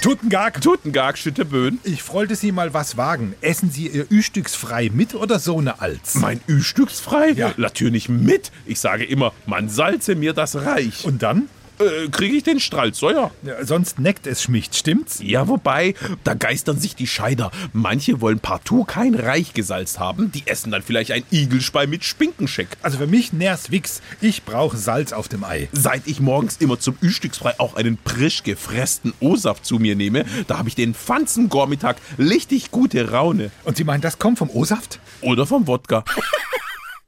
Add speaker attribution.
Speaker 1: Tuttengag.
Speaker 2: Tutengag steht der Böen.
Speaker 1: Ich wollte Sie mal was wagen. Essen Sie Ihr Üstücksfrei mit oder so eine Alz?
Speaker 2: Mein Ü-Stücksfrei?
Speaker 1: Ja.
Speaker 2: Natürlich mit. Ich sage immer, man salze mir das Reich.
Speaker 1: Und dann?
Speaker 2: Äh, Kriege ich den Stralsäuer?
Speaker 1: Ja, sonst neckt es schmicht, stimmt's?
Speaker 2: Ja, wobei, da geistern sich die Scheider. Manche wollen partout kein Reich gesalzt haben. Die essen dann vielleicht ein Igelspei mit Spinkenscheck.
Speaker 1: Also für mich nähr's Wix. Ich brauche Salz auf dem Ei.
Speaker 2: Seit ich morgens immer zum Üstücksfrei auch einen frisch gefressten O-Saft zu mir nehme, da habe ich den Pfannzengormittag richtig gute Raune.
Speaker 1: Und Sie meinen, das kommt vom O-Saft?
Speaker 2: Oder vom Wodka.